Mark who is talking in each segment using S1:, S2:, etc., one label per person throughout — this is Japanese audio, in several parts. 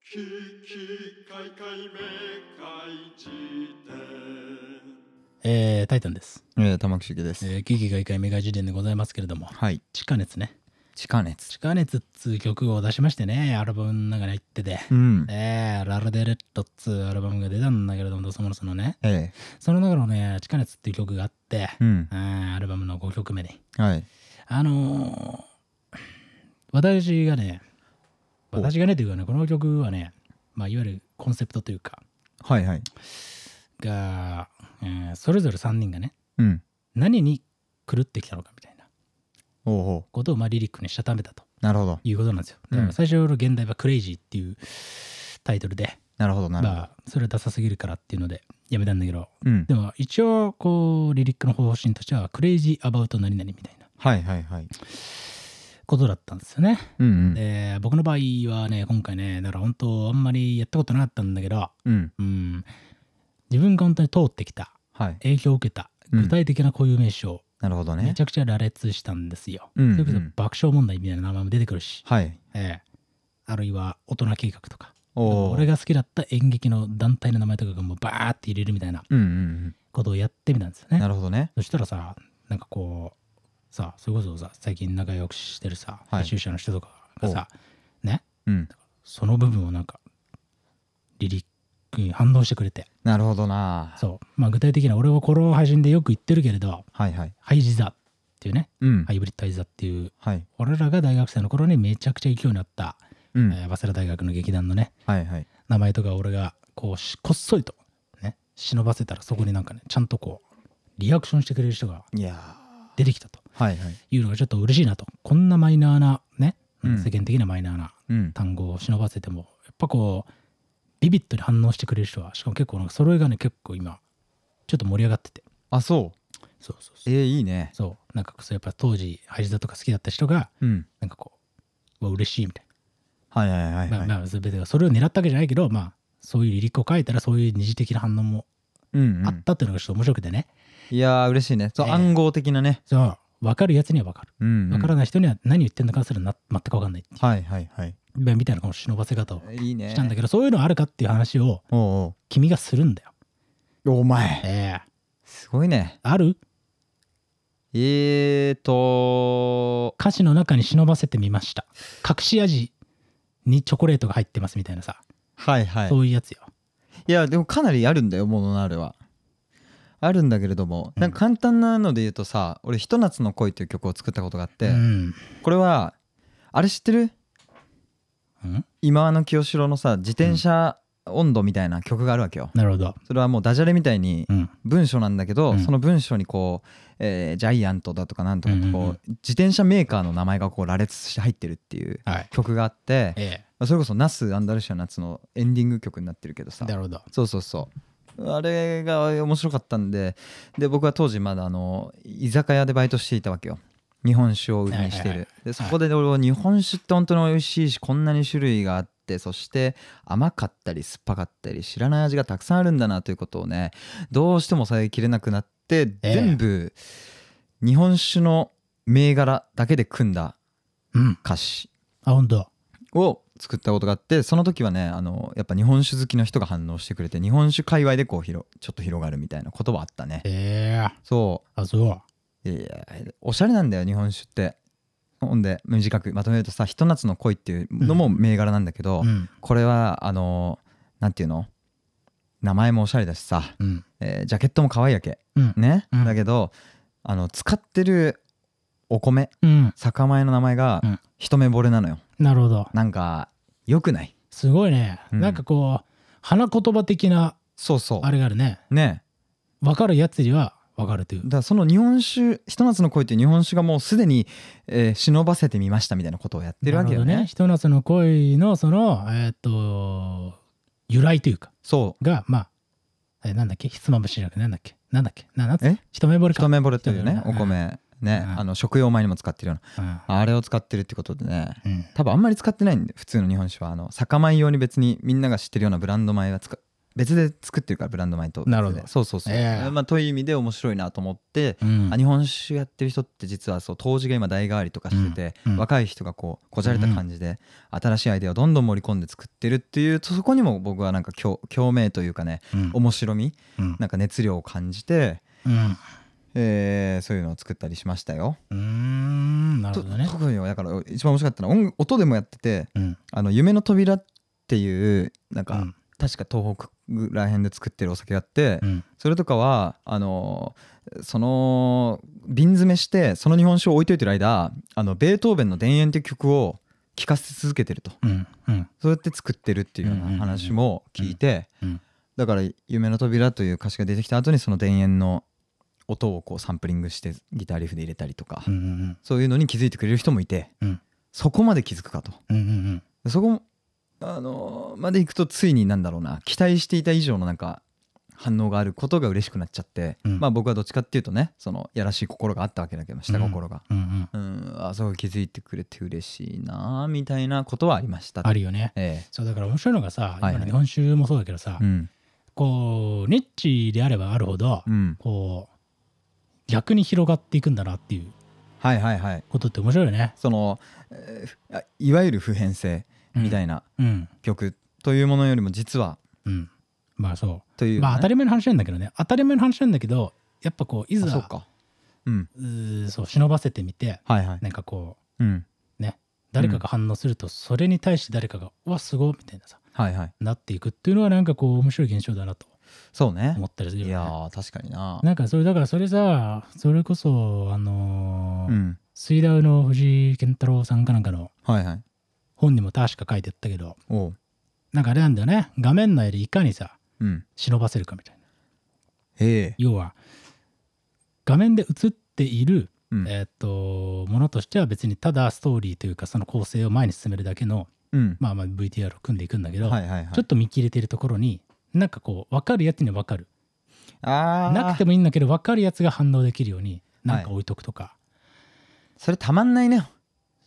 S1: ききかいかいめかいじ
S2: えー、タイタンです。
S3: えー、玉木茂です。
S2: えー、危機が一回メガ時点でございますけれども、
S3: はい。
S2: 地下熱ね。
S3: 地下熱。
S2: 地下熱っつう曲を出しましてね、アルバムの中に入ってて。
S3: うん。
S2: えー、ラルデレットっつうアルバムが出たんだけれども、そもそもね、
S3: ええ
S2: その中のね、地下熱っていう曲があって、
S3: うん。
S2: あーアルバムの5曲目に。
S3: はい。
S2: あのー私がね、
S3: お
S2: 私がねというかね、この曲はね、まあ、いわゆるコンセプトというか、
S3: はいはい。
S2: が、えーそれぞれ3人がね、
S3: うん。
S2: 何に狂ってきたのかみたいな
S3: おうおう。
S2: ことを、まあ、リリックにしたためたと
S3: なるほど。
S2: いうことなんですよ。だか
S3: う
S2: ら
S3: ん
S2: 最初の現代はクレイジーっていうタイトルで、
S3: なるほど。なるほど。
S2: まあ、それはダサすぎるからっていうのでやめたんだけど、
S3: うん。
S2: でも一応、こう、リリックの方針としては、クレイジーアバウト何々みたいな
S3: はいはいはい。
S2: ことだったんですよね。
S3: うんうん。
S2: で僕の場合はね今回ねだから本当あんまりやったことなかったんだけど、
S3: うん。
S2: うん、自分が本当に通ってきた
S3: はい。
S2: 影響を受けた
S3: うん
S2: 具体的な固有名詞を
S3: なるほど
S2: め
S3: ね
S2: ち。ゃくちゃ羅列したんですよ。
S3: うんうん
S2: それこそ爆笑問題みたいな名前も出てくるし、
S3: はい。
S2: ええあるいは大人計画とか
S3: おお。
S2: 俺が好きだった演劇の団体の名前とかがもうバーって入れるみたいな
S3: うんうん
S2: ことをやってみたんですよ
S3: うん。
S2: ね
S3: な。るほどね。
S2: そしたらさなんかこうさそれこそさ最近仲良くしてるさ
S3: はい
S2: 編集者の人とかがさね
S3: うん。
S2: その部分をなんかリリックに反応してくれて
S3: なるほどな。
S2: そうまあ具体的な俺はこの配信でよく言ってるけれど
S3: はいはい。
S2: ハイジザっていうね
S3: うん
S2: ハ。イブリッドハイジザっていう
S3: はい。
S2: 俺らが大学生の頃にめちゃくちゃ勢いになった、
S3: うん。
S2: えー早稲田大学の劇団のね
S3: はいはい。
S2: 名前とか俺がこうしこっそりとね忍ばせたらそこになんかねちゃんとこうリアクションしてくれる人が
S3: いや
S2: 出てきたと
S3: ー。はいはい。
S2: いうのがちょっと嬉しいなとこんなマイナーなね、
S3: うん
S2: 世間的なマイナーな
S3: うん。
S2: 単語を忍ばせてもやっぱこうビビッドに反応してくれる人はしかも結構なんかそれがね結構今ちょっと盛り上がってて
S3: あ、そう。
S2: そうそうそう
S3: えー、いいね。
S2: そうなんかそうやっぱ当時俳優だとか好きだった人が
S3: うん。
S2: なんかこううわ嬉しいみたい
S3: はいはいはい
S2: な、
S3: はい。
S2: まあまあ全てがそれを狙ったわけじゃないけどまあそういうリリックを書いたらそういう二次的な反応も
S3: うんう
S2: あっ
S3: ん。
S2: たっていうのがちょっと面白くてね、
S3: いやー、嬉しいね。そう、
S2: ええ
S3: 暗号的なね。
S2: そう分かるやつには分かる
S3: うん。
S2: 分からない人には何言ってんのかすらな全く分かんないってい
S3: はいはいはい。
S2: うまあみたいなこの忍ばせ方を
S3: いいね。
S2: したんだけど、そういうのあるかっていう話を
S3: ど。お
S2: 君がするんだよ
S3: うおう。お前。
S2: ええ
S3: すごいね。
S2: ある
S3: えーと、
S2: 歌詞の中に忍ばせてみました隠し味にチョコレートが入ってますみたいなさ、
S3: はいはい。
S2: そういうやつよ
S3: いや、でもかなりあるんだよ、もののあれは。あるんだけれども、
S2: うん
S3: なんか簡単なので言うとさ、俺、ひと夏の恋っていう曲を作ったことがあって、
S2: うん、
S3: これは、あれ知ってる
S2: うん、
S3: 今和の清志郎のさ、自転車温度みたいな曲があるわけよ。
S2: なるほど
S3: それはもうダジャレみたいに
S2: うん
S3: 文章なんだけど、
S2: うん
S3: その文章にこう、えージャイアントだとかなんとかってこう、
S2: うんうんうん
S3: 自転車メーカーの名前がこう羅列して入ってるっていう
S2: はい
S3: 曲があって、
S2: え
S3: まあそれこそ「ナスアンダルシア夏」のエンディング曲になってるけど
S2: え
S3: さ
S2: なるほど
S3: そうそうそうあれが面白かったんでで僕は当時まだあの居酒屋でバイトしていたわけよ日本酒を売りにして
S2: はいはいは
S3: るでそこで俺は日本酒って本当に美味しいしこんなに種類があってそして甘かったり酸っぱかったり知らない味がたくさんあるんだなということをねどうしても抑えきれなくなって
S2: え
S3: 全部日本酒の銘柄だけで組んだ
S2: うん
S3: 歌詞
S2: あ本当
S3: を作ったことがあってその時はねあのやっぱ日本酒好きの人が反応してくれて日本酒界隈でこう広ちょっと広がるみたいなことはあったね
S2: ええ
S3: そ
S2: あそう
S3: いやいやおしゃれなんだよ日本酒ってほんで短くまとめるとさ「ひと夏の恋」っていうのも銘柄なんだけど、
S2: ううん
S3: これはあのなんていうの名前もおしゃれだしさ、
S2: うん
S3: えージャケットも可愛いわけ
S2: うん
S3: ね、
S2: うん
S3: だけどあの使ってるお米
S2: うん
S3: 酒米の名前が
S2: うん
S3: 一目惚れなのよ
S2: なるほど
S3: なんか良くない
S2: すごいね、
S3: うん
S2: なんかこう花言葉的な
S3: そうそう
S2: あれがあるね
S3: ね
S2: 分かるやつには分かるという
S3: だからその日本酒「ひと夏の恋」っていう日本酒がもうすでに、えー忍ばせてみましたみたいなことをやってるわけよ
S2: な
S3: ね
S2: るほどひと夏の恋のそのえーっと由来というか
S3: そ
S2: が、まあ、えなんだっけひつまぶしじゃなくて、なんだっけなんだっけななんつ
S3: え
S2: 一目惚
S3: う
S2: れ
S3: 一
S2: か。
S3: 目惚れというね
S2: うん
S3: お米ね
S2: うん
S3: あの食用米にも使ってるよう
S2: うん
S3: なあれを使ってるってことでね
S2: うん
S3: 多分あんまり使ってないんで普通の日本酒はあの酒米用に別にみんなが知ってるようなブランド米は使別で作ってるからブランド米と別で
S2: なるほど
S3: そうそうそう、
S2: ええ
S3: まあ、という意味で面白いなと思って、
S2: うん
S3: あ日本酒やってる人って実はそう当時が今代替わりとかしてて、
S2: うんうん
S3: 若い人がこうこじゃれた感じで、新しいアイデアをどんどん盛り込んで作ってるっていうそこにも僕はなんか共共鳴というかね
S2: うん
S3: 面白み
S2: うん
S3: なんか熱量を感じて、
S2: うん
S3: えーそういうのを作ったりしましたよ。
S2: うーんなるほどね
S3: と特にだから一番面白かったのは音音でもやってて
S2: うん
S3: 「あの夢の扉」っていうなん
S2: う
S3: か、
S2: ん
S3: 確か東北ら辺で作ってるお酒があって、
S2: うん
S3: それとかはあのーその瓶詰めしてその日本酒を置いといてる間あのベートーベンの「田園」っていう曲を聴かせ続けてると
S2: うんうん
S3: そうやって作ってるっていうような話も聞いて、
S2: うんうんうん
S3: だから「夢の扉」という歌詞が出てきた後にその「田園」の音をこうサンプリングしてギターリフで入れたりとか、
S2: うんうん
S3: そういうのに気づいてくれる人もいて、
S2: うん
S3: そこまで気づくかと。
S2: うんうん
S3: そこあのまで行くとついになんだろうな期待していた以上のなんか反応があることが嬉しくなっちゃって、
S2: うん
S3: まあ僕はどっちかっていうとねそのやらしい心があったわけだけど下心が、
S2: うんうん
S3: うんあそう気づいてくれて嬉しいなみたいなことはありました
S2: あるよね
S3: え
S2: そうだから面白いのがさ
S3: はいはい
S2: 今の日本酒もそうだけどさ
S3: えうん
S2: こうニッチであればあるほど
S3: うん
S2: こう逆に広がっていくんだなっていう
S3: はいはいはい
S2: ことって面白いよね
S3: その、えーあいわゆる普遍性みた
S2: い
S3: いな
S2: うん
S3: 曲というものよりも実は
S2: うんまあそ
S3: というう、
S2: まあ当た
S3: り
S2: り前の話なんだけどね当たり前の話なんだけどやっぱこうい
S3: あそう
S2: ざ
S3: かうん
S2: うーそう忍ばせてみて
S3: はいはい、
S2: なんかこう
S3: うん
S2: 誰かが反応するとそれに対して誰かが「うわすごい」みたいなさ
S3: はいはい
S2: なっていくっていうのはなんかこう面白い現象だなと
S3: そうね
S2: 思ったりする
S3: い
S2: よ
S3: や
S2: ね。
S3: ー確かにな
S2: なんかそれだからそれさそれこそあのー
S3: うん
S2: 水ダウの藤井健太郎さんかなんかの
S3: はいはい
S2: 本にも確か書いてあったけど
S3: おう
S2: なんかあれなんだよね画面内でいかにさ
S3: うん
S2: 忍ばせるかみたいな
S3: へえ
S2: 要は画面で映っている、
S3: うん
S2: えーっとものとしては別にただストーリーというかその構成を前に進めるだけの、
S3: うん
S2: まあ、まあ VTR を組んでいくんだけど、
S3: はいはいはい
S2: ちょっと見切れてるところになんかこう分かるやつには分かる
S3: あー
S2: なくてもいいんだけど分かるやつが反応できるようになんか
S3: はい
S2: 置いとくとか、
S3: それたまんないね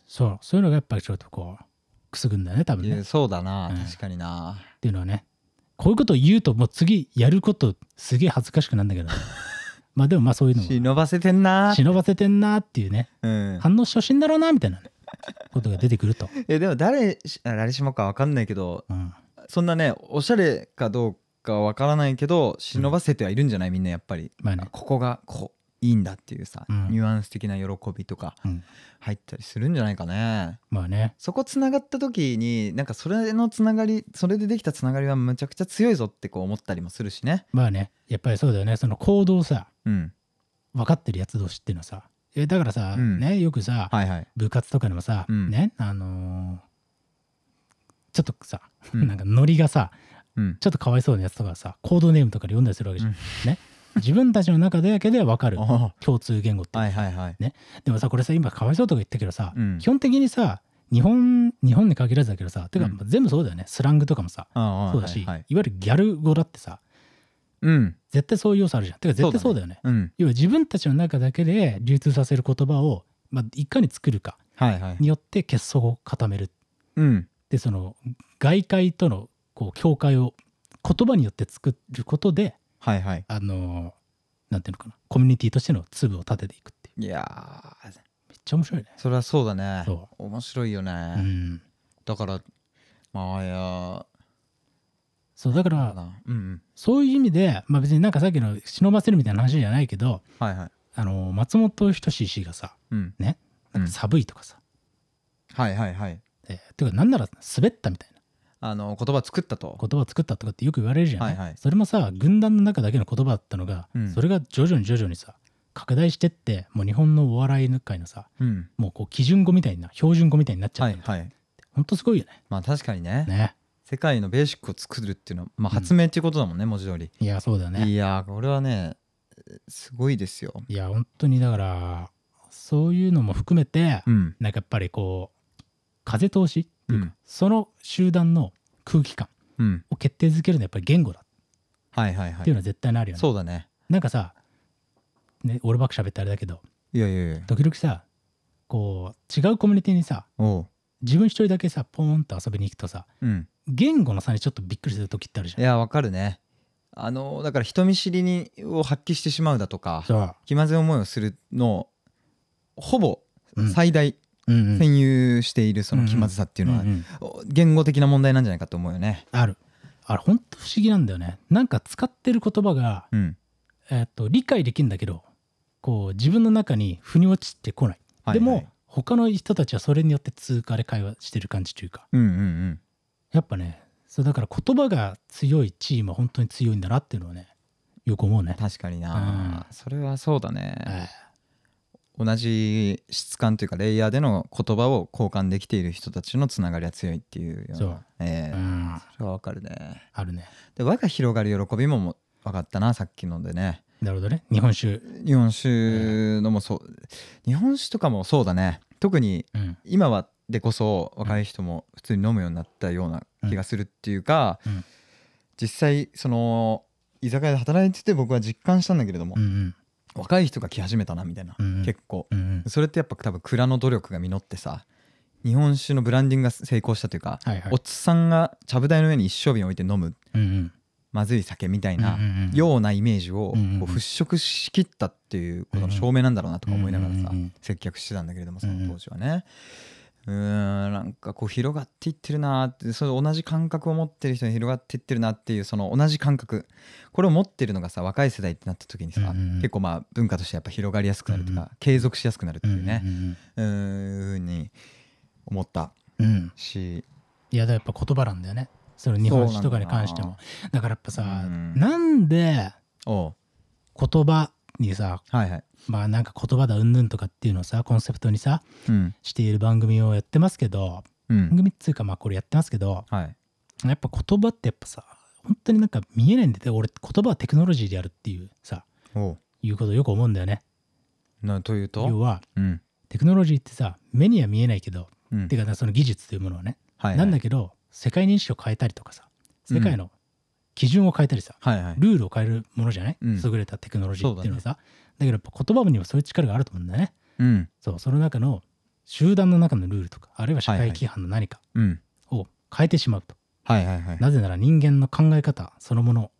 S2: そうそういうのがやっぱりちょっとこうくすぐんだよね多分
S3: い
S2: ね
S3: や
S2: っ
S3: そうだな
S2: うん
S3: 確かにな
S2: ていうのはねこういうことを言うともう次やることすげえ恥ずかしくなんだけ どまあでもまあそういうのも
S3: 忍ばせてんな
S2: 忍ばせてんなっていうね
S3: うん
S2: 反応してほしいんだろうなみたいなねことが出てくる と、
S3: えでも誰し誰しもかわかんないけど
S2: うん、
S3: そんなねおしゃれかどうかわからないけど忍ばせてはいるんじゃないみんなやっぱり
S2: まあね
S3: ここがこういいんだっていうさ
S2: うん
S3: ニュアンス的な喜びとか
S2: うん
S3: 入ったりするんじゃないかね
S2: まあね
S3: そこつながった時になんかそれのつながりそれでできたつながりはむちゃくちゃ強いぞってこう思ったりもするしね
S2: まあねやっぱりそうだよねその行動さ
S3: うん
S2: 分かってるやつ同士っていうのはさえだからさ、
S3: うん
S2: ねよくさ、
S3: はいはい
S2: 部活とかでもさ、
S3: うん
S2: ねあのーちょっとさ、
S3: う ん
S2: なんかノリがさ
S3: うん
S2: ちょっとかわいそうなやつとかさコードネームとかで読んだりするわけじゃん、
S3: うん
S2: ね自分たちの中だけで分かる
S3: あ
S2: 共通言語って、
S3: あはいはいはい
S2: でもさこれさ今かわいそうとか言ったけどさ、
S3: うん
S2: 基本的にさ日本日本に限らずだけどさてか
S3: うん
S2: 全部そうだよね、スラングとかもさ
S3: ああ
S2: そうだし、
S3: はいいはい
S2: わゆるギャル語だってさ
S3: うん
S2: 絶対そういう要素あるじゃんてか絶対そうだよね
S3: うん
S2: 要は自分たちの中だけで流通させる言葉を、まあ、いかに作るか
S3: はいはい
S2: によって結束を固める
S3: うん
S2: でその外界とのこう境界を言葉によって作ることで
S3: はいはい
S2: あのなんていうのかなコミュニティとしての粒を立てていくっていう
S3: いやー
S2: めっちゃ面白いね
S3: それはそうだね
S2: そ
S3: 面白いよね、
S2: うん
S3: だからまあいやー
S2: そうだか
S3: そうだ
S2: ら
S3: なうんうん
S2: そういう意味で、まあ、別になんかさっきの忍ばせるみたいな話じゃないけど
S3: はいはい
S2: あの松本人志氏がさ
S3: うん
S2: ねなんか寒いとかさ、
S3: はいはいはい
S2: えーてかなんなら滑ったみたいな
S3: あの言葉作ったと
S2: 言葉を作ったとかってよく言われるじゃない、
S3: はいはい
S2: それもさ軍団の中だけの言葉だったのが、
S3: うん
S2: それが徐々に徐々にさ拡大してってもう日本のお笑い界のさ
S3: うん
S2: もうこう基準語みたいな標準語みたいになっちゃ
S3: は
S2: っ
S3: い
S2: た、
S3: はい
S2: ほんとすごいよね
S3: まあ確かにね
S2: ね
S3: 世界のベーシックを作るっていうのは、まあ、発明っていうことだもんね、文字通り、
S2: いやそうだよね
S3: いやーこれはねすごいですよ
S2: いや本当にだからそういうのも含めて、
S3: うん
S2: なんかやっぱりこう風通しっていうか、
S3: うん
S2: その集団の空気感
S3: うん
S2: を決定づけるのはやっぱり言語だっ
S3: はいはいは
S2: ていう
S3: い
S2: のは絶対にあるよね、
S3: そうだね
S2: なんかさ、ね、俺ばっか喋ってあれだけど
S3: いやいやいや
S2: 時々さこう違うコミュニティにさ
S3: おう
S2: 自分一人だけさポーンと遊びに行くとさ
S3: うん
S2: 言語の差にちょっとびっくりする時ってあるじゃん。
S3: いやわかるねあのだから人見知りにを発揮してしまうだとか
S2: そう
S3: 気まずい思いをするのをほぼ
S2: うん
S3: 最大
S2: うんうん
S3: 占有しているその気まずさっていうのは
S2: んん
S3: お言語的な問題なんじゃないかと思うよね。
S2: ある。あれ、ほんと不思議なんだよね。なんか使ってる言葉が、
S3: うん
S2: えっと、理解できるんだけど、こう、自分の中に腑に落ちてこない。
S3: はいはい
S2: でも、他の人たちはそれによって通過で会話してる感じというか、
S3: うんうんうん、
S2: やっぱね、そうだから言葉が強いチームは本当に強いんだなっていうのはね、よく思うね。
S3: 確かにな、
S2: う
S3: それはそうだね、
S2: え
S3: 同じ質感というかレイヤーでの言葉を交換できている人たちのつながりは強いっていうような
S2: そう
S3: え
S2: えう
S3: え
S2: ん、
S3: それはわかるね
S2: あるね。
S3: で輪が広がる喜びもも分かったなさっきのでね
S2: なるほどね。日本酒。
S3: 日本酒のもそう、日本酒とかもそうだね特に
S2: うん。
S3: 今はでこそ若い人も普通に飲むようになったような気がするっていうか、
S2: うん
S3: 実際その居酒屋で働いてて僕は実感したんだけれども、
S2: うんうん。
S3: 若い人が来始めたなみたいな、
S2: うんうん
S3: 結構
S2: うんうん。
S3: それってやっぱ多分蔵の努力が実ってさ日本酒のブランディングが成功したというか、
S2: はいはい
S3: おっさんがちゃぶ台の上に一升瓶置いて飲む
S2: うんうん。
S3: まずい酒みたい
S2: うん
S3: な
S2: うんうん
S3: ようなイメージをこう
S2: うんうんうん
S3: 払拭しきったっていうことの証明なんだろうなとか思いなが
S2: う
S3: ら
S2: んうん
S3: さ
S2: うん
S3: 接客してたんだけれどもそ
S2: うんう
S3: の
S2: ん
S3: 当時はねうーんなんかこう広がっていってるなーってその同じ感覚を持ってる人に広がっていってるなっていうその同じ感覚これを持ってるのがさ若い世代ってなった時にさ
S2: うんうんうん
S3: 結構まあ文化としてやっぱ広がりやすくなると
S2: うんう
S3: か継続しやすくなるっていうね
S2: うんうん
S3: うーんふうに思った
S2: うん。うん
S3: し
S2: いやだからやっぱ言葉なんだよねその日本酒とかに関してもだからやっぱさ、
S3: うん
S2: なんで
S3: おう
S2: 言葉にさ
S3: はいはい
S2: まあなんか言葉だうんぬんとかっていうのをさコンセプトにさ
S3: うん
S2: している番組をやってますけど
S3: うん
S2: 番組っつうかまあこれやってますけど
S3: はい
S2: やっぱ言葉ってやっぱさ本当になんか見えないんで俺言葉はテクノロジーでやるっていうさ
S3: おう
S2: いうことをよく思うんだよね
S3: なという
S2: 要
S3: と
S2: は
S3: うん
S2: テクノロジーってさ目には見えないけど、
S3: うん
S2: てかその技術というものはね、
S3: はいはい
S2: なんだけど世界認識を変えたりとかさ世界の基準を変えたりさ、
S3: はいはい
S2: ルールを変えるものじゃない、
S3: うん
S2: 優れたテクノロジーっていうのはさだ,、けどやっぱ言葉にもそういう力があると思うんだよね
S3: うん
S2: そうその中の集団の中のルールとかあるいは社
S3: は
S2: 会
S3: いはい
S2: 規範の何か
S3: うん
S2: を変えてしまうと、
S3: はいはいはい
S2: なぜなら人間の考え方そのもの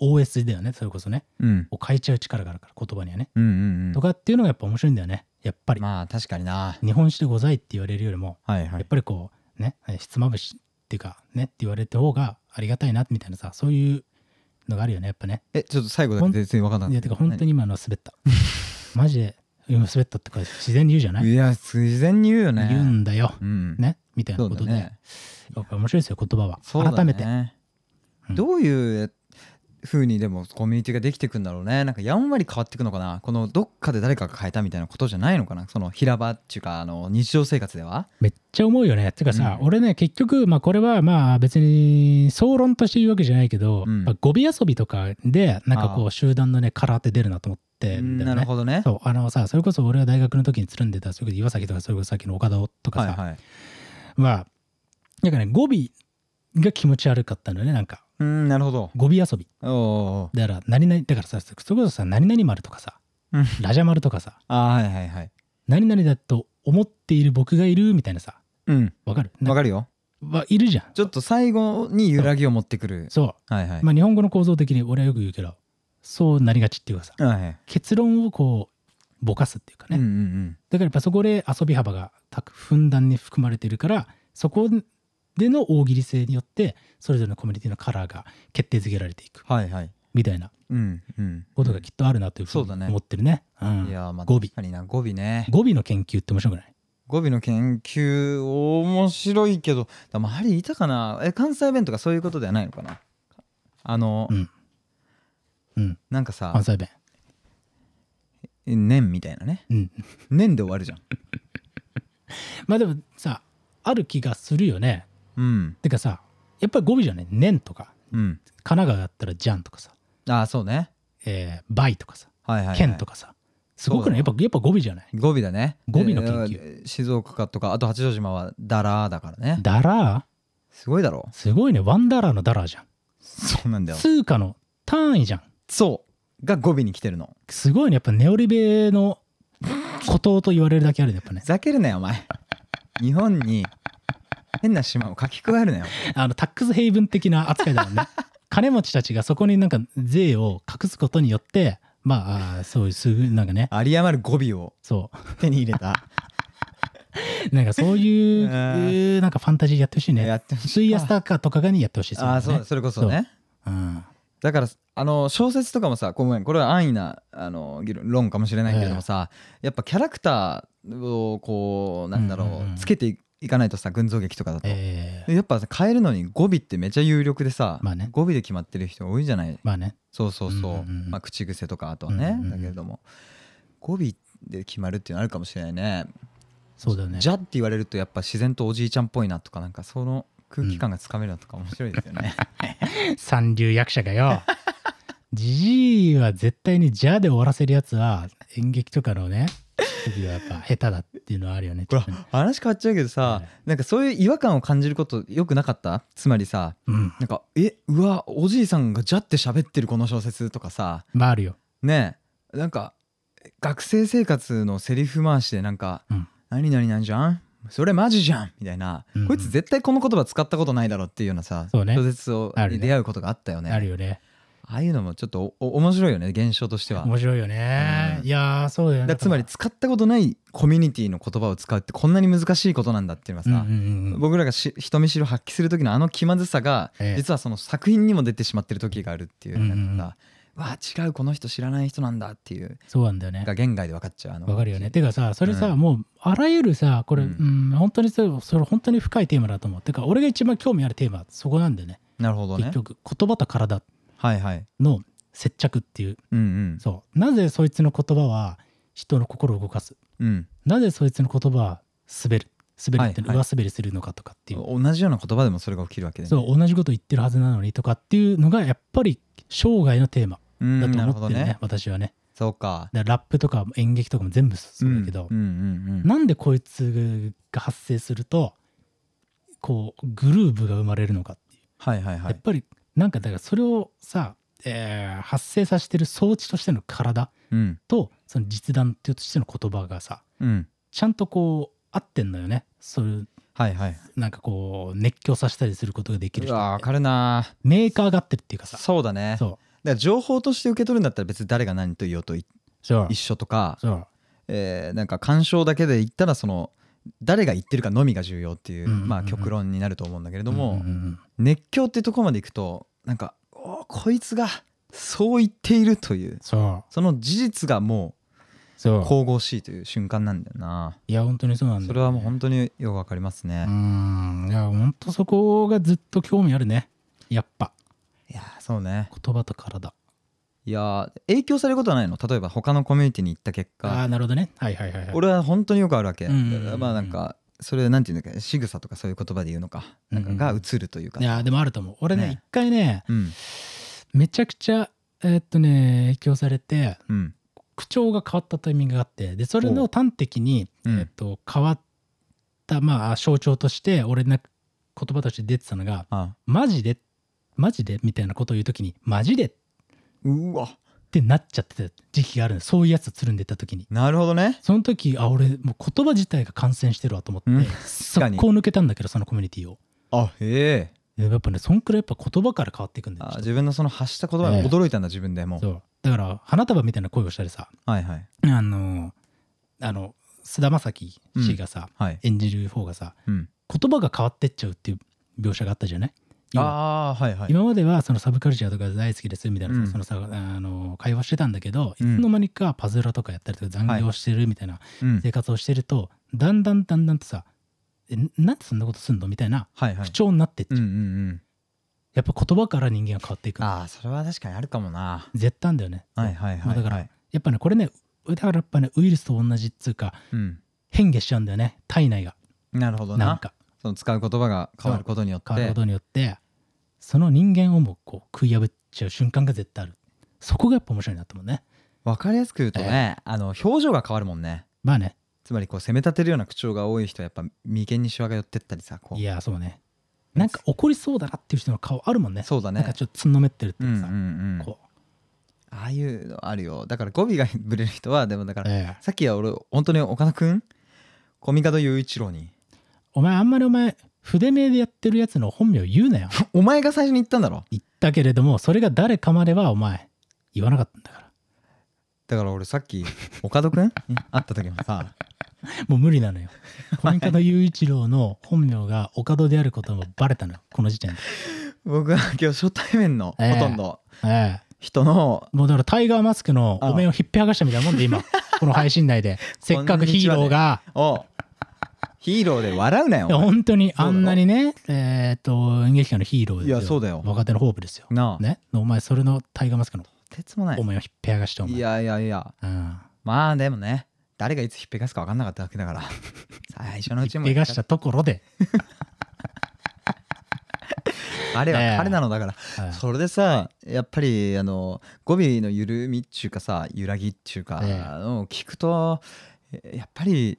S2: OS だよねそれこそね
S3: うん
S2: を変えちゃう力があるから言葉にはね、
S3: うんうんう
S2: とかっていうのがやっぱ面白いんだよねやっぱり、
S3: んまあ確かにな
S2: 日本酒でございって言われるよりも、
S3: はいは
S2: やっ
S3: い
S2: ぱりこうねひつまぶしっていうかねって言われた方がありがたいなみたいなさそういうのがあるよねやっぱね
S3: えちょっと最後だけ全然分かんなかった
S2: いやてか本当に今のは滑ったマジで今滑ったってか自然に言うじゃない
S3: 何いや自然に言うよね
S2: 言うんだよ
S3: うん
S2: ねみたいな
S3: そう
S2: こ
S3: だ
S2: とで、
S3: ね
S2: やっぱ面白いですよ言葉は、
S3: そうだね
S2: 改めてうん
S3: どういうふうにでもコミュニティができていくんだろうねなんかやんわり変わっていくのかなこのどっかで誰かが変えたみたいなことじゃないのかなその平場っていうかあの日常生活では
S2: めっちゃ思うよねてかさ、
S3: うん
S2: 俺ね結局まあこれはまあ別に総論として言うわけじゃないけど、
S3: うん
S2: まあ、語尾遊びとかでなんかこ
S3: あ
S2: う集団のねカラーって出るなと思ってんだよね
S3: なるほどね
S2: そうあのさそれこそ俺は大学の時につるんでたそれこそ岩崎とかそれこそさっきの岡田とか
S3: はい
S2: さ
S3: はい
S2: はなんかね語尾が気持ち悪かったのよねなんか
S3: うんなるほど
S2: 語尾遊び
S3: おうおう
S2: だから何々だからさそれこそさ何々丸とかさ
S3: うん
S2: ラジャ丸とかさ
S3: あーはいはいはい
S2: 何々だと思っている僕がいるみたいなさ
S3: うん
S2: わかる
S3: わ
S2: る
S3: かるよ
S2: いるじゃん
S3: ちょっと最後に揺らぎを持ってくる
S2: そ、
S3: はいはいう
S2: まあ、日本語の構造的に俺はよく言うけどそうなりがちっていうかさ
S3: はいはい
S2: 結論をこうぼかすっていうかね、
S3: うんう
S2: だか
S3: ん
S2: らやっぱそこで遊び幅がたくふんだんに含まれてるからそこでの大喜利性によってそれぞれのコミュニティのカラーが決定づけられていく
S3: うんはいはい
S2: みたいな
S3: うんうん
S2: ことがきっとあるなというふ
S3: そううだ
S2: に
S3: ね
S2: 思ってるね。う
S3: い
S2: ん、
S3: やーまあ
S2: 語尾
S3: 確かにな語尾ね
S2: 語尾の研究って面白くない
S3: 語尾の研究面白いけどでも周りいたかなえ関西弁とかそういうことではないのかなあの、
S2: うんうん、
S3: なんかさ
S2: 関西弁。
S3: 「年」みたいなね
S2: うん。
S3: 「年」で終わるじゃん
S2: まあでもさ、ある気がするよね。
S3: うん
S2: てかさ、やっぱり語尾じゃね、年とか、
S3: うん
S2: 神奈川だったらじゃんとかさ、
S3: ああそうね
S2: えー、倍とかさ、
S3: はいはい、はい、
S2: 県とかさ、すごくないやっぱやっぱ語尾じゃない
S3: 語尾だね
S2: 語尾の研
S3: 究静岡かとかあと八丈島は「だら」だからね
S2: ダラ
S3: すごいだろ
S2: ーすごいね、ワンダラーのダラーじゃん。
S3: そうなんだよ
S2: 通貨の単位じゃん。
S3: そうが語尾に来てるの
S2: すごいね、やっぱネオリベの孤島と言われるだけあるね、やっぱね
S3: ふ。ざけるなよお前日本に変な島を書き加えるなよ。
S2: あのタックスヘイブン的な扱いだも んね金持ちたちがそこになんか税を隠すことによってまああーそういうすぐなんかね
S3: 有り余る語尾を
S2: そ
S3: 手に入れた。
S2: うなんかそういう
S3: うー
S2: なんかファンタジーやってほしい ね
S3: やってほしい
S2: 水安高とかがにやってほしいですよ
S3: あ
S2: ね
S3: あー、そう、それこそね。
S2: うん
S3: だからあの小説とかもさごめんこれは安易なあの議論論かもしれないけれどもさ、やっぱキャラクターをこうなんだろう,、
S2: うんうんうん
S3: つけていいかないとさ群像劇とかだと、
S2: えー
S3: やっぱさ変えるのに語尾ってめちゃ有力でさ、
S2: まあね
S3: 語尾で決まってる人多いじゃない
S2: まあね
S3: そうそうそう、
S2: うんうんうん
S3: まあ、口癖とかあとは
S2: う
S3: ね、
S2: んうんうん
S3: だけれども語尾で決まるっていうのあるかもしれないね
S2: そうだよね
S3: じゃって言われるとやっぱ自然とおじいちゃんっぽいなとかなんかその空気感がつかめるのとか面白いですよね、
S2: 三流役者が よじじいは絶対に「じゃ」で終わらせるやつは演劇とかのね時はやっぱ下手だっていうのはあるよね
S3: ほら 話変わっちゃうけどさ、
S2: はい
S3: なんかそういう違和感を感じることよくなかったつまりさ
S2: うん
S3: なんか「えうわおじいさんがじゃって喋ってるこの小説」とかさ
S2: まああるよ
S3: ねえなんか学生生活のセリフ回しでなんか
S2: うん
S3: 「何々なんじゃんそれマジじゃん」みたいな、
S2: うんうん
S3: こいつ絶対この言葉使ったことないだろうっていうようなさ、
S2: そうね
S3: 小説を
S2: ある
S3: に
S2: ね
S3: 出会うことがあったよね
S2: あるよね
S3: ああいうのもちょっとおお面白いよね現象としては。
S2: 面白いよね
S3: うん
S2: いやーそうだよね
S3: だからつまり使ったことないコミュニティの言葉を使うってこんなに難しいことなんだっていうのが
S2: うん
S3: さ、
S2: うんうんうん
S3: 僕らがし人見知りを発揮する時のあの気まずさが、
S2: ええ
S3: 実はその作品にも出てしまってる時があるってい
S2: う
S3: う
S2: ん
S3: な
S2: うんうん
S3: んかさわあ違うこの人知らない人なんだっていう
S2: そうなんだよね
S3: が言外で分かっちゃうあの
S2: わかるよねてかさそれさ、
S3: うん
S2: もうあらゆるさこれ、う
S3: うんん
S2: 本当にそれそれ本当に深いテーマだと思うてか俺が一番興味あるテーマはそこなんだよね
S3: なるほどね
S2: 結局言葉と体
S3: はいはい
S2: の接着っていう
S3: うん
S2: そうなぜそいつの言葉は人の心を動かす
S3: うんうん
S2: なぜそいつの言葉は滑る滑るって、
S3: はいはい
S2: 上滑りするのかとかっていう、
S3: 同じような言葉でもそれが起きるわけでね
S2: そう同じこと言ってるはずなのにとかっていうのがやっぱり生涯のテーマ
S3: う
S2: だ
S3: ん
S2: と
S3: なる
S2: 思
S3: ほ
S2: っ
S3: ど
S2: てるね,、
S3: ね
S2: 私はね
S3: そうか
S2: だからラップとか演劇とかも全部そうだけど、
S3: うんうんうん
S2: なんでこいつが発生するとこうグルーブが生まれるのかっていう、
S3: はいはいは
S2: やっ
S3: い
S2: ぱりなんかだからそれをさ、えー発生させてる装置としての体
S3: うん
S2: とその実弾としての言葉がさ
S3: うん
S2: ちゃんとこう合ってんのよねそういう
S3: はいはい
S2: なんかこう熱狂させたりすることができる
S3: う
S2: 人
S3: わ
S2: っ
S3: わ
S2: て
S3: かるな
S2: メーカーが合ってるっていうかさ
S3: そうだねだか
S2: そう
S3: ら情報として受け取るんだったら別に誰が何と言おうとい
S2: そう
S3: 一緒とか
S2: そう
S3: えーなんか鑑賞だけで言ったらその誰が言ってるかのみが重要っていう,、
S2: うんうんうん
S3: まあ、極論になると思うんだけれども、
S2: うんうんうん
S3: 熱狂ってとこまでいくとなんかおーこいつがそう言っているという
S2: そう
S3: その事実がも
S2: そうう
S3: 神々しいという瞬間なんだよな、
S2: いや本当にそうなんだよ
S3: それはもう本当によくわかりますね
S2: う、んいや本当そこがずっと興味あるねやっぱ
S3: いやーそうね
S2: 言葉と体
S3: いやー影響されることはないの例えば他のコミュニティに行った結
S2: ああ
S3: 果
S2: ーなるほどねはいはいはいはい
S3: 俺は本当によくあるわけ、
S2: うんうんうんうん
S3: まあなんかそれなんていうんだっけ仕草とかそういう言葉で言うのかなんかが映るというか
S2: いやでもあると思う俺ね
S3: ね
S2: 一回ね
S3: うん
S2: めちゃくちゃえーっとね影響されて
S3: うん
S2: 口調が変わったタイミングがあってでそれ
S3: お
S2: の
S3: う
S2: 端的に、
S3: うん
S2: えっと、変わった、まあ、象徴として俺の言葉として出てたのが
S3: あ
S2: 「マジでマジで?」みたいなことを言う時に「マジで?」っ
S3: うわ
S2: てなっちゃってた時期があるのそういうやつつるんでた時に
S3: なるほどね
S2: その時あ俺もう言葉自体が感染してるわと思って、
S3: うん
S2: 速
S3: かに
S2: 攻抜けたんだけどそのコミュニティを
S3: あへえ
S2: でやっぱねそんくらいやっぱ言葉から変わっていくんだよ
S3: あ
S2: 人
S3: 自分のその発した言葉に驚いたんだ自分でも
S2: そううだから花束みたいな声をしたりさ
S3: はいはい
S2: あのあの菅田将暉氏がさ、
S3: はい
S2: 演じる方がさ
S3: うん
S2: 言葉が変わってっちゃうっていう描写があったじゃない今
S3: ああーはいはい
S2: 今まではそのサブカルチャーとか大好きですみたいなさ、
S3: うん
S2: そのさあの会話してたんだけどいつ
S3: うん
S2: の間にかパズドラとかやったりとか残業してるみたいな
S3: うん
S2: 生活をしてると、だんだんだんだんとさ「えなんでそんなことすんの?」みたいな
S3: はいは
S2: 不
S3: い
S2: 調になってっちゃ
S3: う
S2: う、
S3: んうんうん
S2: やっぱ言葉から人間が変わっていくの
S3: ああそれは確かにあるかもな
S2: 絶対なんだよね、
S3: はいはい
S2: も
S3: は
S2: う
S3: い
S2: だから
S3: はい
S2: やっぱねこれねだからやっぱねウイルスと同じっつうか
S3: うん
S2: 変化しちゃうんだよね体内が
S3: なるほど
S2: なん
S3: な
S2: か
S3: その使う言葉が変わることによっ
S2: 変わる
S3: て
S2: ことによってその人間をもこう食い破っちゃう瞬間が絶対あるそこがやっぱ面白いなと思うね
S3: わかりやすく言うとねあの表情が変わるもんね
S2: まあね
S3: つまりこう責め立てるような口調が多い人はやっぱ眉間にシワが寄ってったりさこ
S2: いうやそうねなんか怒りそうだなっていう人の顔あるもんね
S3: そうだ
S2: なんか
S3: ね
S2: ちょっとつんのめってるって
S3: う
S2: い
S3: ん
S2: う
S3: う
S2: か
S3: ん
S2: さ、
S3: うん
S2: こ
S3: ああいうのあるよだから語尾がぶれる人はでもだか
S2: う、
S3: ら
S2: ええ
S3: さっきは俺本当に岡田君コミカド雄一郎に
S2: お前あんまりお前筆名でやってるやつの本名言う なよ
S3: お前が最初に言ったんだろ
S2: 言ったけれどもそれが誰かまではお前言わなかったんだか
S3: だから俺さっ き岡戸くん会った時もさ
S2: らもう無理なのよ米門雄一郎の本名が岡戸であることもバレたのよこの時点で、
S3: 僕は今日初対面の
S2: ええ
S3: ほとんど
S2: え
S3: 人の
S2: え、もうだからタイガーマスクのお面をひっぺ剥がしたみたいなもんで 今この配信内でせっかくヒーローが
S3: をヒーローで笑うない
S2: や
S3: よ
S2: 本当に
S3: うだ
S2: あ
S3: ろ
S2: んなにねえーっと演劇界のヒーローですよ
S3: いやそうだよ
S2: 若手のホープですよ、
S3: なあ
S2: ねお前それのタイガーマスクの
S3: とてつもない
S2: お面をひっぺ剥がしてお前
S3: いやいやいや
S2: うん
S3: まあでもね誰がいつひっぺかすか分かんなかったわけだから 最初のうちも
S2: 怪我したところで、
S3: あれは
S2: ねえ
S3: 彼なのだから
S2: はい
S3: それでさやっぱりあの語尾の緩みっちゅうかさ揺らぎっちゅうか、
S2: ええ
S3: を聞くとえやっぱり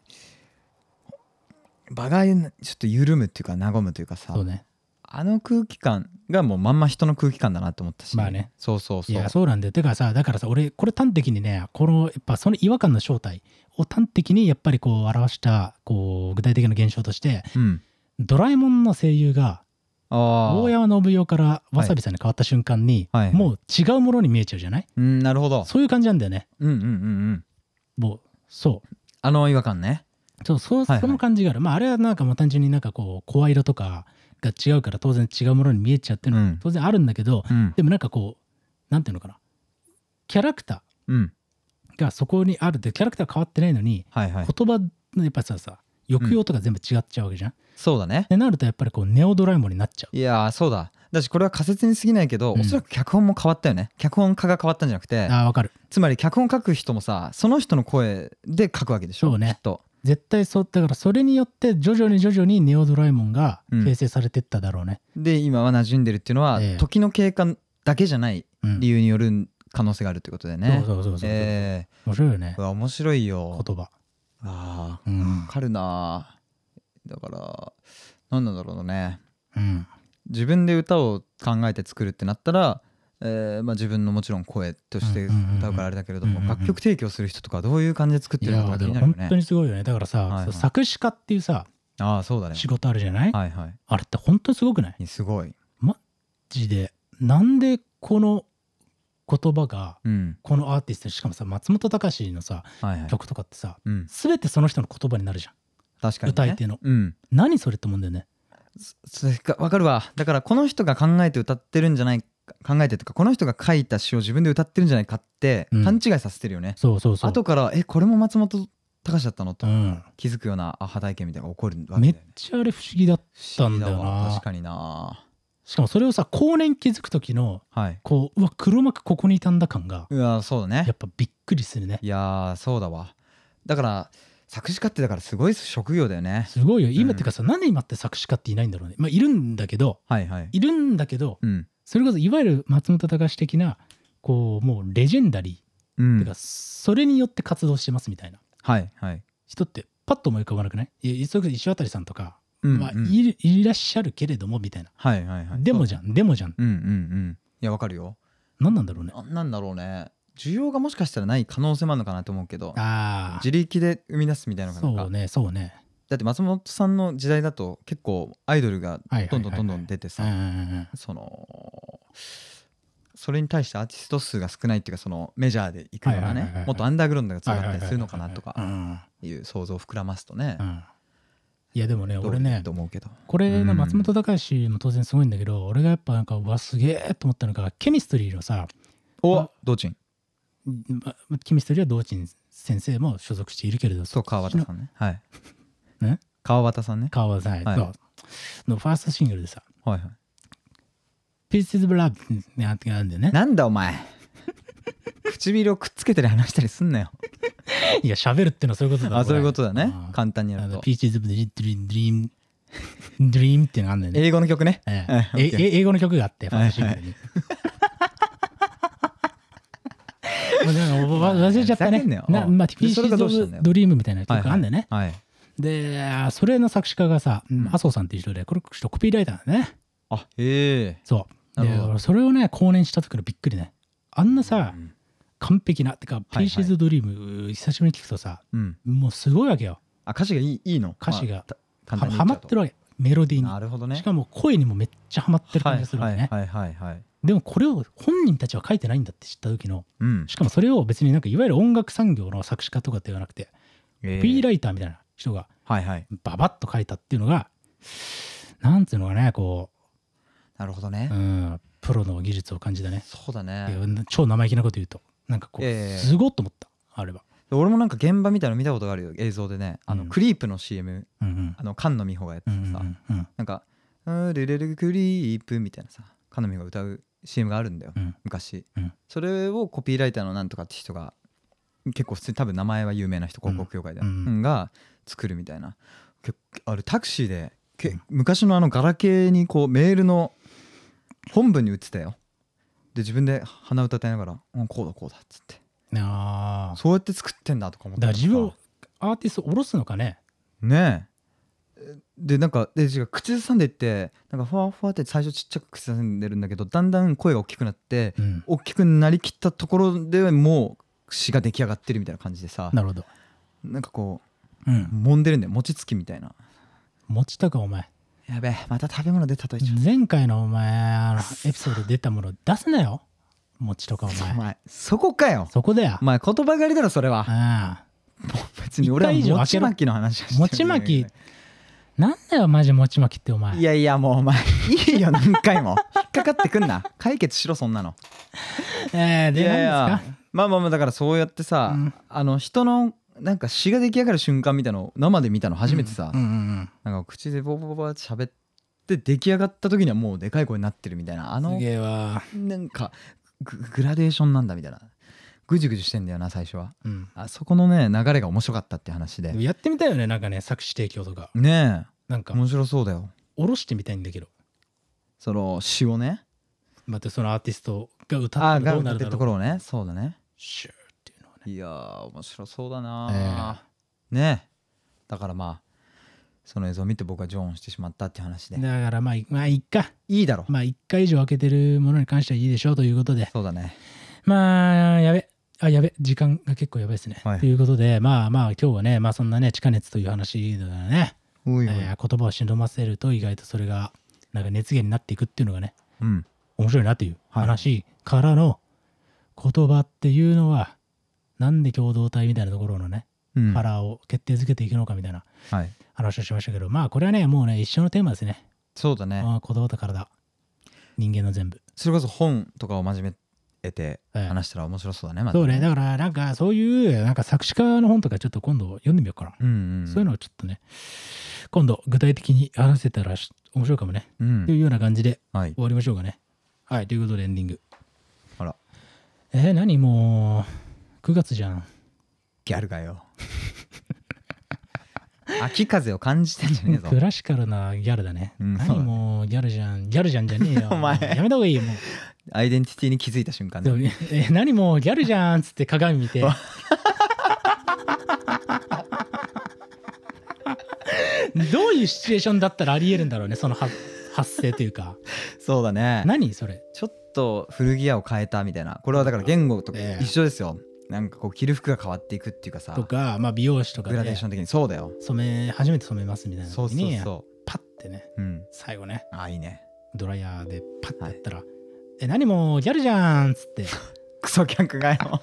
S3: 場がちょっと緩むっていうか和むというかさ
S2: そうね
S3: あの空気感がもうまんま人の空気感だなと思ったし、
S2: まあね
S3: そうそうそ
S2: いうやそうなんだよてかさだからさ俺これ端的にねこのやっぱその違和感の正体を端的にやっぱりこう表したこう具体的な現象として
S3: うん
S2: ドラえもんの声優が
S3: あ
S2: 大
S3: あ
S2: 山信代からわさびさんに変わった瞬間に、
S3: はいはい
S2: もう違うものに見えちゃうじゃない、
S3: うんなるほど
S2: そういう感じなんだよね
S3: うんうんうんうん
S2: もうそう
S3: あの違和感ね
S2: そうそう
S3: はいはい
S2: その感じがある、まああれはなんかもう単純になんかこう声色とかが違うから当然違うものに見えちゃうっていうの
S3: う
S2: は
S3: ん
S2: 当然あるんだけど、
S3: うん
S2: でもなんかこうなんていうのかなキャラクタ
S3: うん
S2: ーがそこにあるってキャラクターは変わってないのに、
S3: はいはい
S2: 言葉のやっぱささ抑揚とか全部違っちゃうわけじゃん。
S3: そうだね
S2: でなるとやっぱりこうネオドラえもんになっちゃう。
S3: いやーそうだだしこれは仮説に過ぎないけど、
S2: うん
S3: おそらく脚本も変わったよね脚本家が変わったんじゃなくて
S2: ああわかる。
S3: つまり脚本書く人もさその人の声で書くわけでしょ
S2: そうね
S3: きっと
S2: 絶対そうだからそれによって徐々に徐々にネオドラえもんが
S3: うん
S2: 形成されてっただろうね。
S3: で今は馴染んでるっていうのは、
S2: ええ
S3: 時の経過だけじゃない
S2: うん
S3: 理由による可能性があるってことでね、
S2: そうそうそうそう。
S3: ええ
S2: 面白いよね
S3: う。わ面白いよ
S2: 言葉。
S3: あ
S2: う
S3: あ
S2: ん
S3: わ。かるなだから何なんだろうね
S2: うん。
S3: 自分で歌を考えて作るってなったら、えーまあ、自分のもちろん声として歌うからあれだけれども、
S2: うんうんうんうん
S3: 楽曲提供する人とかどういう感じで作って
S2: い
S3: るの
S2: や
S3: かとか気
S2: でも
S3: になる
S2: 本
S3: よ
S2: 当
S3: ね
S2: にすごいよねだからさ、
S3: はいはい
S2: 作詞家っていうさ
S3: ああそうだね
S2: 仕事あるじゃない、
S3: はいはい
S2: あれって本当にすごくない
S3: いやすごい
S2: 字でなんでこの言葉が
S3: うん
S2: このアーティストしかもさ松本隆のさ
S3: はいはい
S2: 曲とかってさ
S3: うん
S2: 全てその人の言葉になるじゃん
S3: 確かに、ね、
S2: 歌い手の
S3: うん
S2: 何それってもんだよね
S3: それかわかるわだからこの人が考えて歌ってるんじゃない考えてとかこの人が書いた詩を自分で歌ってるんじゃないかって
S2: うん
S3: 勘違いさせてるよね、
S2: そうそうそう
S3: 後からえこれも松本隆だったのと
S2: うん、
S3: 気づくようなアハ体験みたいなのが起こるわけだ
S2: め
S3: よ
S2: っ
S3: ね
S2: ちゃあれ不思議だ
S3: 不
S2: た
S3: 思
S2: んだ
S3: 議だ
S2: よな
S3: わ確かにな
S2: しかもそれをさ後年気づく時の
S3: はい
S2: こううわ黒幕ここにいたんだ感が
S3: うわそうだね
S2: やっぱびっくりするね
S3: いやーそうだわだから作詞家ってだからすごい職業だよね
S2: すごいよ今、
S3: うん
S2: ってかさなんで今って作詞家っていないんだろうねまあいるんだけど
S3: はいはい
S2: いるんだけど
S3: うん
S2: それこそいわゆる松本隆的なこうもうレジェンダリ
S3: う
S2: ー、
S3: ん
S2: てかそれによって活動してますみたいな
S3: はいはい
S2: 人ってパッと思い浮かばなくないいやそれこそ石渡さんとか、
S3: うん
S2: まあ、
S3: うん
S2: いるいらっしゃるけれどもみたいな、
S3: はいはいはい
S2: でも
S3: じ
S2: じゃんでもじゃん
S3: ゃうんうんうんいやわかるよ
S2: 何なんだろうね
S3: ななんだろうね需要がもしかしたらない可能性もあるのかなと思うけど
S2: あ
S3: 自力で生み出すみたい
S2: あ
S3: なのがなんか
S2: そうねそうね
S3: だって松本さんの時代だと結構アイドルが
S2: はいはいはいはい
S3: どんどんどんどん出てさ、
S2: うんうんうん
S3: そのそれに対してアーティスト数が少ないっていうかそのメジャーで行くよう
S2: は
S3: な
S2: はい
S3: い
S2: はいは
S3: ね
S2: い
S3: もっとアンダーグラウンドが強かったりするのかなと
S2: う
S3: か
S2: ん
S3: いう想像を膨らますとね
S2: う、んいやでもね
S3: どう
S2: 俺ね
S3: と思うけど
S2: これの松本隆も当然すごいんだけど、俺がやっぱなんかうわすげえと思ったのがケミストリーのさ
S3: おどうちん
S2: まケミストリーは道珍先生も所属しているけれど
S3: そう川端
S2: そっ
S3: さんねはい
S2: ね
S3: 川端さんね
S2: ちの川端さん、
S3: はい
S2: そうのファーストシングルでさ
S3: はいはい
S2: 「Pieces of Love」ってあるんだよね
S3: なんだお前唇をくっつけたり話したりすんなよ
S2: いや喋るってのはそういうことだ
S3: あそういうことだね
S2: うん
S3: 簡単にや
S2: あ
S3: る
S2: の
S3: と
S2: 「Pieces of the Dream Dream」ドリームっていうのがあるんだよね
S3: 英語の曲ね
S2: え
S3: はい
S2: ええ
S3: OK
S2: 英語の曲があって、ファンタシー
S3: はい
S2: 曲に。 もうなんかもうわ忘れちゃったね
S3: ふざけんなよ。
S2: な
S3: うん
S2: まあ、
S3: でそれ
S2: TPC
S3: がど
S2: ド
S3: うしたんだよ
S2: ドリームみたいな曲があんだよね。
S3: はい
S2: で、あそれの作詞家がさ、
S3: ん
S2: 麻生さんっていう人で、これ、ちょっとコピーライターだね。
S3: あへえ
S2: そう。で
S3: なるほど
S2: 俺それをね、公演した時からびっくりね。あんなさ
S3: う、ん
S2: 完璧な、てか、
S3: はい
S2: PC's ドリーム、久しぶりに聞くとさ、
S3: うん
S2: もうすごいわけよ。
S3: あ歌詞がいいいいの
S2: 歌詞が
S3: まあた簡単に
S2: は
S3: 言っち
S2: ま
S3: ゃう
S2: ってるわけ。メロディーに
S3: なるほどね
S2: しかも声にもめっちゃハマってる
S3: は
S2: 感じ
S3: い
S2: がするのね、
S3: はいはいはいはい
S2: でもこれを本人たちは書いてないんだって知った時の
S3: うん
S2: しかもそれを別になんかいわゆる音楽産業の作詞家とかではなくて、
S3: えー
S2: B ライターみたいな人が
S3: はいはい
S2: ババッと書いたっていうのがなんていうのかねこ
S3: なるほどね
S2: う、うん、プロの技術を感じたね、
S3: そうだ
S2: い
S3: ね
S2: や超生意気なこと言うとなんかこう、
S3: ええ
S2: すごっと思ったあれば、
S3: 俺もなんか現場みたいなの見たことがあるよ映像でねあの、
S2: うん
S3: クリープの CM
S2: うんうん
S3: あの菅野美穂がやって
S2: う
S3: た
S2: ん
S3: さ、
S2: うんうん
S3: なんか「うんルルルクリープ」みたいなさ菅野美穂が歌う CM があるんだよ、
S2: うん
S3: 昔、
S2: うん
S3: それをコピーライターのなんとかって人が結構普通に多分名前は有名な人広告業界で、
S2: うん
S3: うんが作るみたいなけあれタクシーでけ、昔のあのガラケーにこうメールの本文に打ってたよで自分で鼻歌歌いながら「うん、こうだこうだ」っつって
S2: ああ
S3: そうやって作ってんだとか思っ
S2: だから
S3: て
S2: 自分をアーティストを下ろすのかね
S3: ねえでなんかで違う口ずさんでってなんかふわふわって最初ちっちゃく口ずさんでるんだけどだんだん声が大きくなって
S2: うん
S3: 大きくなりきったところでもう詩が出来上がってるみたいな感じでさ
S2: なるほど
S3: なんかこ
S2: う
S3: うん揉んでるんだよ餅つきみたいな
S2: 持ちたかお前
S3: やべえまた食べ物出たと一緒
S2: 前回のお前あのエピソード出たもの出すなよ持ちとかお
S3: お
S2: 前
S3: 前そこかよ
S2: そこだよ
S3: お前言葉狩りだろそれは
S2: ああ
S3: 別に俺は
S2: 一回以上開
S3: 餅
S2: けろ
S3: 巻きの話をしてる
S2: 餅巻きなんだよマジ餅巻きってお前
S3: いやいやもうお前いいよ何回も引っかかってくんな解決しろそんなの
S2: えー、
S3: い
S2: で
S3: やい
S2: 何
S3: や
S2: ですか
S3: まあまあまあだからそうやってさ、
S2: うん
S3: あの人のなんか詩が出来上がる瞬間みたいなのを生で見たの初めてさ、
S2: うんうん
S3: なんか口でボボボボって喋って出来上がった時にはもうでかい声になってるみたいなあ
S2: うん、す
S3: の
S2: げえわ、
S3: なんかググラデーションなんだみたいなぐじゅぐじゅしてんだよな最初は
S2: うん、
S3: あそこのね流れが面白かったって話で
S2: でもやってみたいよねなんかね作詞提供とか
S3: ね
S2: なん
S3: え
S2: か
S3: 面白そうだよ
S2: 下ろしてみたいんだけど
S3: その詩をね
S2: またそのアーティストが歌っ
S3: あ
S2: て
S3: あ
S2: る
S3: が
S2: どう
S3: 歌
S2: な
S3: っ
S2: る
S3: てる
S2: だ
S3: とこ
S2: ろう
S3: ろをねそうだね
S2: シューっていうのはね
S3: いやー面白そうだなー、ねえだからまあその映像を見て僕はジョンしてしまったって話で、
S2: だからまあいまあいっか
S3: いいだろ、
S2: まあ1回以上開けてるものに関してはいいでしょうということで
S3: そうだね
S2: まあやべあやべ時間が結構やばいですね、
S3: はい
S2: ということでまあまあ今日はねまあそんなね地下熱という話だからね、
S3: おい
S2: えー言葉を忍ばせると意外とそれがなんか熱源になっていくっていうのがね
S3: うん
S2: 面白いなという話からの言葉っていうのはなんで共同体みたいなところのね
S3: うん
S2: カラーを決定づけていくのかみたいな
S3: はい
S2: 話をしましたけどまあこれはねもうね一生のテーマですね
S3: そうだね
S2: あー言葉と体人間の全部
S3: それこそ本とかを真面目て
S2: はい
S3: 話したら面白そうだねまた
S2: そうねだからなんかそういうなんか作詞家の本とかちょっと今度読んでみようかな、
S3: うんうん
S2: そういうのをちょっとね今度具体的に話せたらし面白いかもね、
S3: うん
S2: というような感じで
S3: はい
S2: 終わりましょうかねはいということでエンディング
S3: あら
S2: えー、何もう9月じゃん
S3: ギャルがよ 秋風を感じてんじゃ ねえぞ
S2: クラシカルなギャルだね。
S3: うんそ
S2: 何
S3: うだね
S2: もうギャルじゃん、ギャルじゃんじゃねえよ。
S3: お前
S2: やめた方がいいよ、もう。
S3: アイデンティティに気づいた瞬間
S2: でも
S3: ね
S2: え何もうギャルじゃんっつって鏡 見て。どういうシチュエーションだったらありえるんだろうね、その発発生という か。
S3: そうだね
S2: 何それ。
S3: ちょっと古着屋を変えたみたいなこれはだから言語と
S2: ええ
S3: 一緒ですよ、なんかこう着る服が変わっていくっていうかさ
S2: とか、まあ、美容師とか
S3: グラデー
S2: で
S3: ション的にそうだよ
S2: 染め、初めて染めますみたいな
S3: そう
S2: 時
S3: そう
S2: に、
S3: そ
S2: パッてね、
S3: ううん
S2: 最後ね、
S3: あいいね
S2: ドライヤーでパッてやったら、え、何もうギャルじゃんっつ って。
S3: クソ客が よ、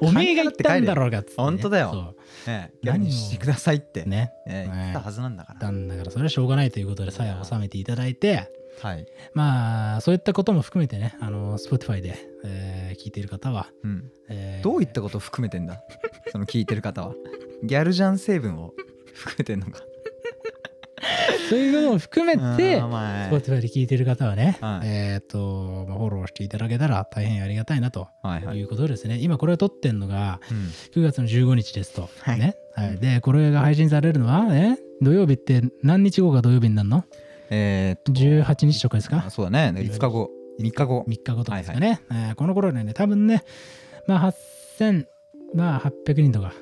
S2: おめえが言ったんだろうがっつってね、
S3: 本当だよ
S2: そ
S3: ねえ、
S2: 何を
S3: 何してくださいって、
S2: う
S3: ね
S2: ね。
S3: え
S2: ね
S3: 言ったはずなんだか
S2: な
S3: ら、
S2: んだからそれはしょうがないということでさえ収めていただいて
S3: はい、
S2: まあそういったことも含めてねあの Spotify で、えー聞いている方は、
S3: うん、
S2: えー
S3: どういったことを含めてんだ その聞いてる方はギャルジャン成分を 含めてんの か
S2: そういうことも含めて
S3: うんお前
S2: Spotify で聞いている方はね、
S3: はい
S2: えっ、と、まあ、フォローしていただけたら大変ありがたいなと
S3: はいはいい、
S2: うことですね、今これを撮ってんのが
S3: うん、
S2: 9月の15日ですと、
S3: はい
S2: ねはい、でこれが配信されるのは、ね、土曜日って何日後が土曜日になるの
S3: えーっと
S2: ?18 日とかですか
S3: あそうだねだから5日後3日後
S2: 3日後とかですかね、えーこの頃にはね多分ねまあ8000まあ800人とか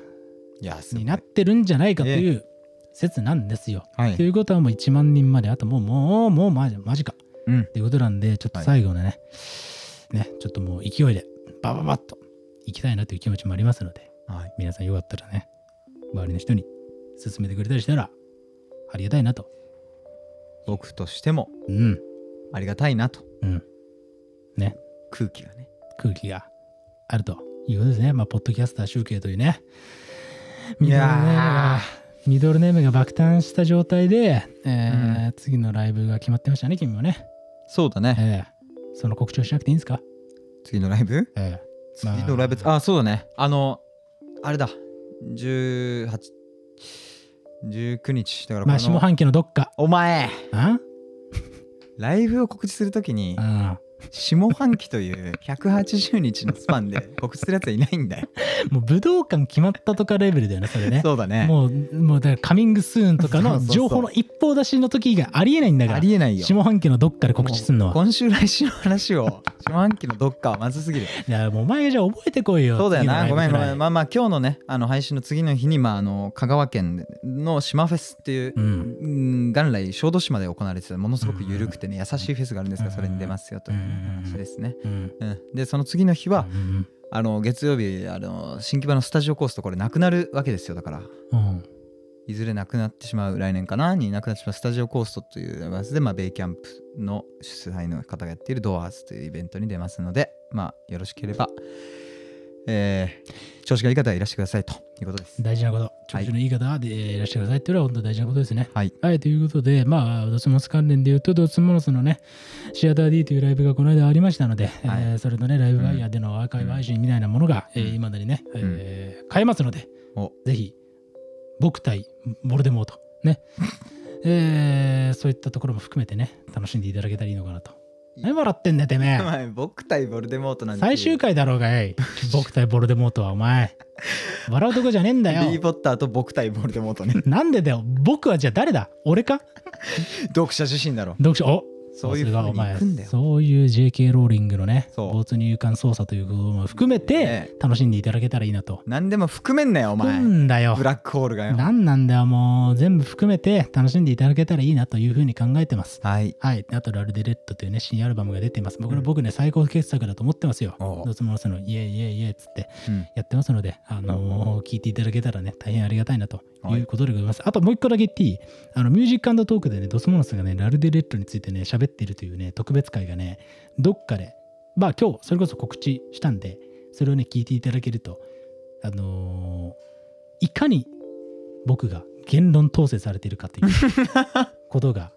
S3: いやすごい
S2: になってるんじゃないかという説なんですよ。
S3: は
S2: とい
S3: いう
S2: ことはもう1万人まであともうもうもうマジマジかっ
S3: うん
S2: ていうことなんでちょっと
S3: はい
S2: 最後のね、ねちょっともう勢いでバババッと行きたいなという気持ちもありますので
S3: はい
S2: 皆さんよかったらね周りの人に勧めてくれたりしたらありがたいなと
S3: 僕としても
S2: うん。
S3: ありがたいなと
S2: うん。ね。
S3: 空気がね
S2: 空気があるということですね。まあ、ポッドキャスター集計というね。ミ
S3: い
S2: ドルネーム
S3: や
S2: が、ミドルネームが爆誕した状態で、えー次のライブが決まってましたね、君もね。
S3: そうだね
S2: ええその告知をしなくていいんですか、
S3: 次のライブ
S2: ええ
S3: 次のライブ
S2: まあ
S3: あそうだねあのあれだ1819日だから
S2: まあ、
S3: この
S2: 下半期のどっか。
S3: お前
S2: あ
S3: ライブを告知するときに
S2: あ
S3: 下半期という180日のスパンで告知するやつはいないんだよ
S2: もう武道館決まったとかレベルだよね、それね。
S3: そうだね
S2: もう、もうだからカミングスーンとか
S3: そう
S2: の
S3: そうそう
S2: 情報の一方出しの時がありえないんだから
S3: あ。りえないよ
S2: 下半期のどっかで告知するのは。
S3: 今週来週の話を下半期のどっかはまずすぎる
S2: いやもうお前がじゃあ覚えてこいよ。
S3: そうだよな
S2: 次
S3: ご
S2: のライ
S3: めん
S2: ブく
S3: ご
S2: らい
S3: めんまあまあ今日のねあの配信の次の日にまああの香川県の島フェスっていう、
S2: う。
S3: うんん、元来小豆島で行われてたものすごく緩くてね優しいフェスがあるんですがそれに出ますよという話ですね、
S2: うん。
S3: うん、でその次の日は
S2: うん
S3: あの月曜日あの新木場のスタジオコースとこれなくなるわけですよだから
S2: うん。
S3: いずれなくなってしまう来年かなになくなってしまうスタジオコーストというバスで、まあ、ベイキャンプの主催の方がやっているドアーズというイベントに出ますので、まあ、よろしければ、えー調子がいい方はいらしてくださいということです。
S2: 大事なこと。調
S3: はい
S2: 子のいい方でいらしてくださいっていうのは本当大事なことですね。
S3: はい。
S2: はい、ということで、まあ、ドスモス関連で言うと、ドスモノスのね、シアター D というライブがこの間ありましたので、
S3: はい
S2: えーそれのね、ライブワイヤーでのアーカイブ配信みたいなものが、
S3: うん
S2: えー、未だにね、えー買えますので
S3: お、
S2: ぜひ、僕対ボルデモート、ね、 えーそういったところも含めてね、楽しんでいただけたらいいのかなと。何笑ってんだよ、てめえ
S3: お。前僕対ボルデモートなんて
S2: 最終回だろうがい僕対ボルデモートはお前笑うとこじゃねえんだ
S3: リー・
S2: よ
S3: ポッターと僕対ボルデモートね
S2: なんでだよ僕はじゃあ誰だ俺か
S3: 読者自身だろ
S2: 読者お
S3: そうい
S2: さす
S3: うふ
S2: が
S3: う
S2: お
S3: に行
S2: 前
S3: くんだよ
S2: そういう JK ローリングのね
S3: そう
S2: 没入感操作ということも含め
S3: ね
S2: て楽しんでいただけたらいいなと
S3: 何でも含めんなよお
S2: な
S3: 前、
S2: んだよ
S3: ブラックホールがよ
S2: なんなんだよもう全部含めて楽しんでいただけたらいいなというふうに考えてます
S3: はい
S2: はいあと「ラルデレッド」というね新アルバムが出てます僕
S3: う
S2: の
S3: ん
S2: 僕ね最高傑作だと思ってますよ
S3: おう
S2: ドツモノスの「イエイイエイイエイ」っつって
S3: うん
S2: やってますので、あのー聞いていただけたらね、大変ありがたいなと
S3: はい
S2: いうことでございます。あともう一個だけ言っていいあの、ミュージックトークでね、ドスモノスがね、ラルデレッドについてね、喋っているというね、特別会がね、どっかで、まあ今日、それこそ告知したんで、それをね、聞いていただけると、あのーいかに僕が言論統制されているかということが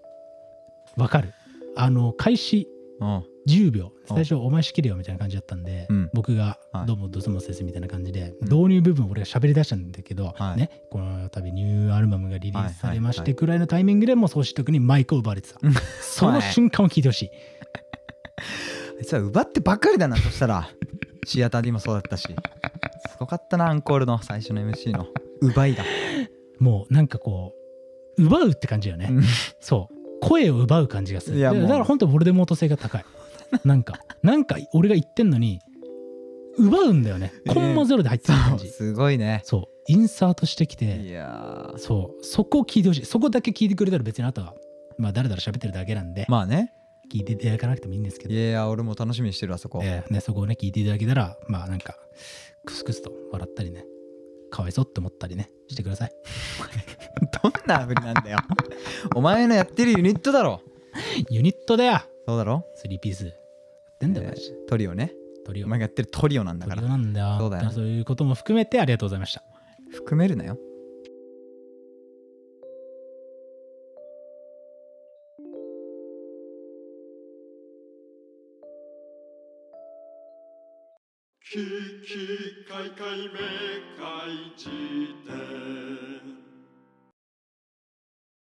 S2: わかる。あの、開始
S3: おう
S2: 10秒最初お前仕切れよみたいな感じだったんで、
S3: うん
S2: 僕が
S3: はい
S2: どうもドスモスですみたいな感じで、
S3: うん
S2: 導入部分俺が喋り出したんだけど、
S3: はい
S2: ねこの度ニューアルバムがリリースされまし
S3: はいはいは
S2: て
S3: い
S2: くらいのタイミングでもう総司特にマイクを奪われてた、
S3: うん
S2: その瞬間を聞いてほしい、
S3: あいつは奪ってばっかりだな、そしたら。 シアターでもそうだったし。すごかったな、アンコールの最初の MC の。奪いだ。
S2: もうなんかこう奪うって感じだよね、
S3: うん
S2: そう声を奪う感じがする
S3: いや
S2: で
S3: もう
S2: だから本当ボルデモート性が 高いなんかなんか俺が言ってんのに奪うんだよねコンマゼロで入ってる感じ、
S3: すごいね。
S2: そうインサートしてきて、
S3: いやー
S2: そうそこを聞いてほしいそこだけ聞いてくれたら別にあとはまあ誰々喋ってるだけなんで、
S3: まあね。
S2: 聞いていただかなくてもいいんですけ
S3: い
S2: ど、
S3: やー俺も楽しみにしてる、あそこ。
S2: えーね、そこをね聞いていただけたらまあなんかクスクスと笑ったりねかわいそうって思ったりねしてください
S3: どんな振りなんだよ。お前のやってるユニットだろ。
S2: ユニットだよ
S3: そうだろ、
S2: スリーピースやってんだよ、
S3: え
S2: マジで
S3: ートリオね。
S2: トリオ
S3: お前がやってるトリオなんだ
S2: ト
S3: か
S2: リオ
S3: ら。
S2: なんだよ
S3: そうだよ
S2: からそういうことも含めてありがとうございました
S3: 含めるなよ。
S1: ききかいかいめかいじ典